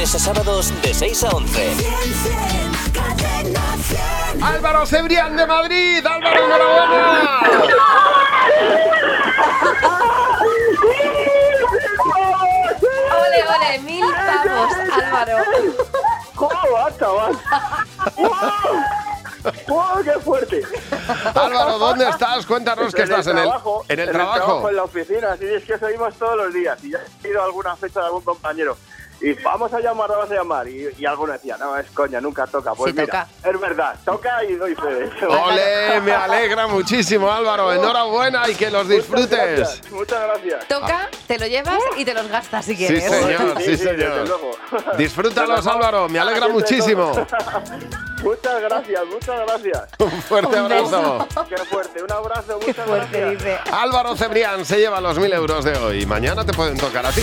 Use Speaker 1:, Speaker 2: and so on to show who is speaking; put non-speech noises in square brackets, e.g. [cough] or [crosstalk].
Speaker 1: a sábados de 6 a 11.
Speaker 2: Álvaro Cebrián de Madrid, Álvaro, enhorabuena.
Speaker 3: Ole, ole, mil pavos, Álvaro.
Speaker 4: ¿Cómo va,
Speaker 2: [laughs]
Speaker 4: chaval? ¡Wow! ¡Wow, qué fuerte!
Speaker 2: Álvaro, ¿dónde estás? Cuéntanos que estás en el,
Speaker 4: trabajo,
Speaker 2: en el
Speaker 4: trabajo,
Speaker 2: trabajo.
Speaker 4: en la oficina, así es que seguimos todos los días. Y ya he ido a alguna fecha de algún compañero. Y vamos a llamar, vamos a llamar. Y, y alguno decía, no, es coña, nunca toca. Pues
Speaker 3: Sí,
Speaker 4: mira,
Speaker 3: toca.
Speaker 4: es verdad, toca y doy fe de eso. [laughs]
Speaker 2: Ole, me alegra muchísimo, Álvaro. Enhorabuena y que los disfrutes.
Speaker 4: Gracias, Muchas gracias.
Speaker 3: Toca, te lo llevas y te los gastas si
Speaker 2: Sí,
Speaker 3: quieres.
Speaker 2: señor,
Speaker 4: Sí,
Speaker 2: sí,
Speaker 4: sí, desde
Speaker 2: señor. [laughs]
Speaker 4: luego.
Speaker 2: Disfrútalos, Álvaro.
Speaker 4: Ah,
Speaker 2: Me alegra
Speaker 4: Así es de
Speaker 2: muchísimo.
Speaker 4: todo. [laughs] muchas gracias, muchas gracias.
Speaker 2: [laughs] Un fuerte
Speaker 3: Un beso.
Speaker 2: abrazo.
Speaker 4: Qué fuerte, un abrazo,
Speaker 3: Qué
Speaker 4: muchas
Speaker 3: fuerte,
Speaker 4: gracias.
Speaker 3: dice.
Speaker 2: Álvaro Cebrián se lleva los mil euros de hoy. Mañana te pueden tocar a ti.